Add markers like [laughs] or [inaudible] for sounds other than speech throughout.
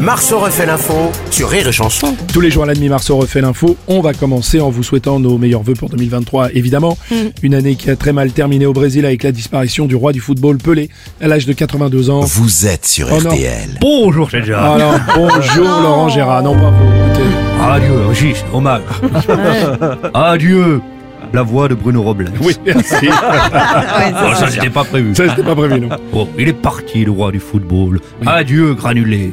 Marceau refait l'info sur Rire et Chanson. Tous les jours à la demi-marceau refait l'info. On va commencer en vous souhaitant nos meilleurs vœux pour 2023, évidemment. Une année qui a très mal terminé au Brésil avec la disparition du roi du football Pelé à l'âge de 82 ans. Vous êtes sur Oh non. RTL. Bonjour, c'est déjà. Ah non, bonjour Laurent Gérard. Non, pas vous. écoutez. Adieu, Régis, hommage. Adieu, la voix de Bruno Robles. Oui, merci. Oh, ça, c'était pas prévu. Ça, c'était pas prévu, non. Oh, il est parti, le roi du football. Adieu, granulé.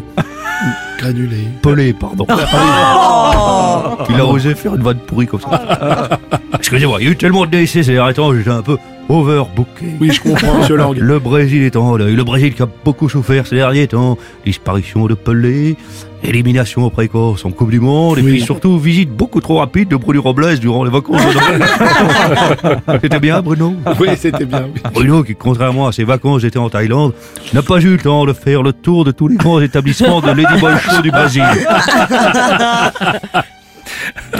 Granulé. Pelé, pardon. Ah, Ah, oh. Il a osé faire une vanne pourrie comme ça. Ah. Excusez-moi, il y a eu tellement de décès ces derniers temps, j'étais un peu overbooké. Oui, je comprends, monsieur Lang. Le Brésil est en deuil. Le Brésil qui a beaucoup souffert ces derniers temps. Disparition de Pelé, élimination précoce en Coupe du Monde, et Oui. puis surtout visite beaucoup trop rapide de Bruno Robles durant [laughs] les vacances. [laughs] de Noël. C'était bien, Bruno Oui, c'était bien. Bruno, qui contrairement à ses vacances j'étais en Thaïlande, n'a pas eu le temps de faire le tour de tous les grands établissements de Lady Boy Show [laughs] du Brésil.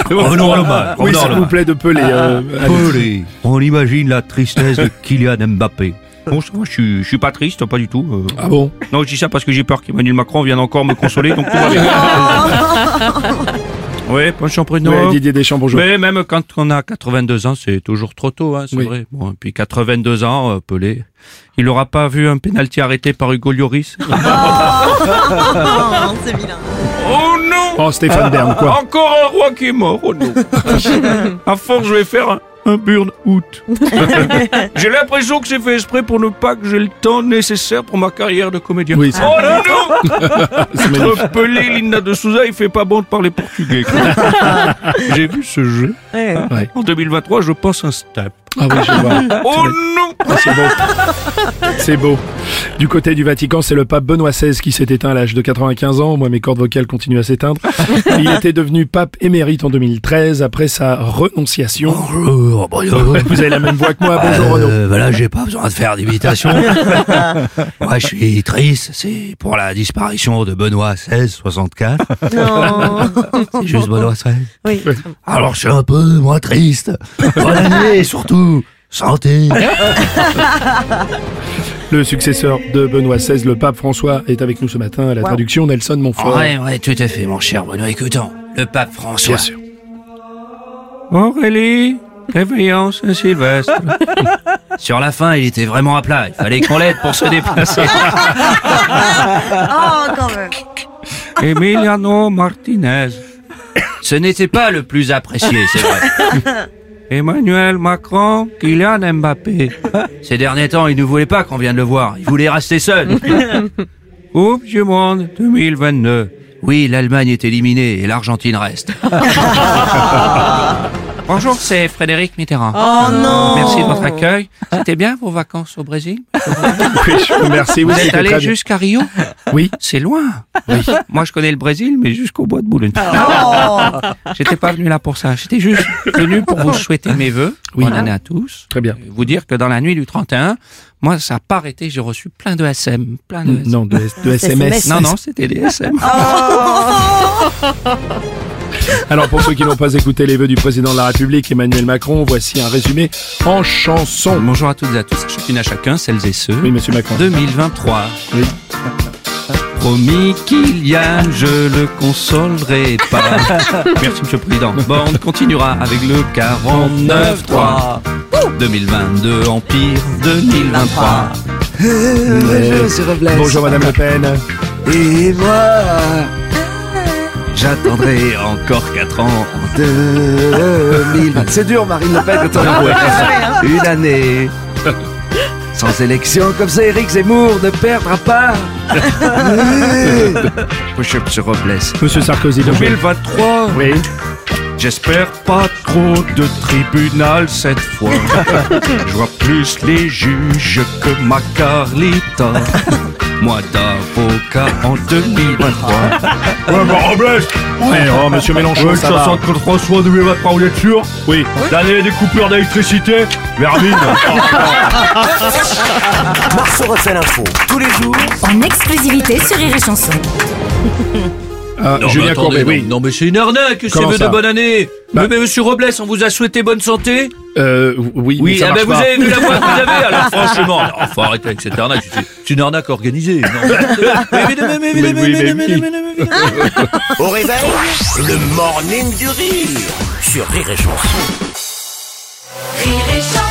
Revenons à l'hommage. Oui, revenons à s'il vous l'hommage. plaît, de Pelé. euh, allez. Pelé. On imagine la tristesse de [laughs] Kylian Mbappé. Bon, ça va, je suis, je suis pas triste, pas du tout. euh. Ah bon Non, je dis ça parce que j'ai peur qu'Emmanuel Macron vienne encore me consoler, donc tout [laughs] va bien. Oui, bonjour Bruno. Oui, Didier Deschamps, bonjour. Mais même quand on a 82 ans, c'est toujours trop tôt, hein, c'est Oui. vrai. Bon, et puis 82 ans, euh, Pelé, il n'aura pas vu un pénalty arrêté par Hugo Lloris Oh, c'est vilain. Oh non Oh, Stéphane Bern, [laughs] quoi. Encore un roi qui est mort, oh non À force, je vais faire un, un burn-out. j'ai l'impression que c'est fait exprès pour ne pas que j'ai le temps nécessaire pour ma carrière de comédien. Oui, c'est- oh non, non C'est magnifique. Entre Pelé, Linda de Souza, il fait pas bon de parler portugais. quoi. [laughs] J'ai vu ce jeu. Ouais. Ouais. En 2023, je passe un step. Ah oui, je vois. Oh non C'est beau. C'est beau. Du côté du Vatican, c'est le pape Benoît XVI qui s'est éteint à l'âge de 95 ans. Moi, mes cordes vocales continuent à s'éteindre. Il était devenu pape émérite en 2013 après sa renonciation. Bonjour, bonjour. [laughs] Vous avez la même voix que moi. Ah, Bonjour Renaud. Euh, voilà, j'ai pas besoin de faire d'imitation. [laughs] Moi, je suis triste, c'est pour la disparition de Benoît XVI, 64. Non. C'est juste Benoît XVI. Oui. Alors, je suis un peu moins triste. Bonne année, et surtout, santé. Le successeur de Benoît XVI, le pape François, est avec nous ce matin à la traduction. Nelson Montfort. Ouais, ouais, tout à fait, mon cher Benoît. Écoutons, le pape François. Bien sûr. Aurélie, réveillant Saint-Sylvestre. [laughs] Sur la fin, il était vraiment à plat. Il fallait qu'on l'aide pour se déplacer. Oh, quand même. Emiliano Martinez. Ce n'était pas le plus apprécié, c'est vrai. [laughs] Emmanuel Macron, Kylian Mbappé. Ces derniers temps, il ne voulait pas qu'on vienne le voir. Il voulait rester seul. Coupe du Monde 2022. Oui, l'Allemagne est éliminée et l'Argentine [laughs] reste. Bonjour, c'est Frédéric Mitterrand. Oh non. Merci de votre accueil. C'était bien vos vacances au Brésil Oui, je vous remercie. Oui, Vous êtes c'était allé très bien. jusqu'à Rio Oui. C'est loin. Moi, je connais le Brésil, mais jusqu'au bois de Boulogne. Oh. [laughs] J'étais pas venu là pour ça. J'étais juste venu pour vous souhaiter mes vœux. Oui. Bonne année à tous. Très bien. Et Vous dire que dans la nuit du 31, moi, ça n'a pas arrêté. J'ai reçu plein de SM. Plein de Non, de, de SMS. Non, non, c'était des SM. Alors pour ceux qui n'ont pas écouté les vœux du président de la République, Emmanuel Macron, voici un résumé en chanson. Bonjour à toutes et à tous, à chacune à chacun, celles et ceux. Oui, monsieur Macron. 2023. Oui. Promis Kylian, je le consolerai pas. Merci Monsieur le Président. Bon, on continuera avec le 49-3. 2022 Empire 2023. Bonjour, Bonjour Madame Le Pen. Et moi, j'attendrai encore 4 ans. 2020. [laughs] C'est dur, Marine Le Pen, quand on [laughs] Une année. Sans élection, comme ça, Éric Zemmour ne perdra [laughs] pas. Je se reblesse. Monsieur Sarkozy. donc, euh, 2023, Oui. j'espère pas trop de tribunal [laughs] cette fois. Je vois plus les juges que ma Carlita. Moi d'avocat en 2023. Ouais, bah, Robles. Ouais, oh, Monsieur Mélenchon, Ouais, ça ça va. sent que François 2023, vous êtes sûr Oui. L'année des coupures d'électricité Vermine Marceau refait l'info tous les jours en exclusivité sur Rire et Chanson. Ah, Non, Julien mais attendez, Courbet, non, oui. Non, mais c'est une arnaque, ces Comment vœux de ça bonne année. Bah- Mais monsieur Robles, on vous a souhaité bonne santé Euh, oui, mais Oui, ça ah marche ben vous pas. avez vu la voix que vous avez Alors [laughs] franchement, alors, faut arrêter avec cette arnaque, c'est- c'est une arnaque [laughs] organisée. Non, mais- mais- mais- mais- mais- mais- Mais oui, mais mais- mais- oui. mais- mais- mais- Au réveil, le morning du rire sur Rire et Chanson. Rire et chanson.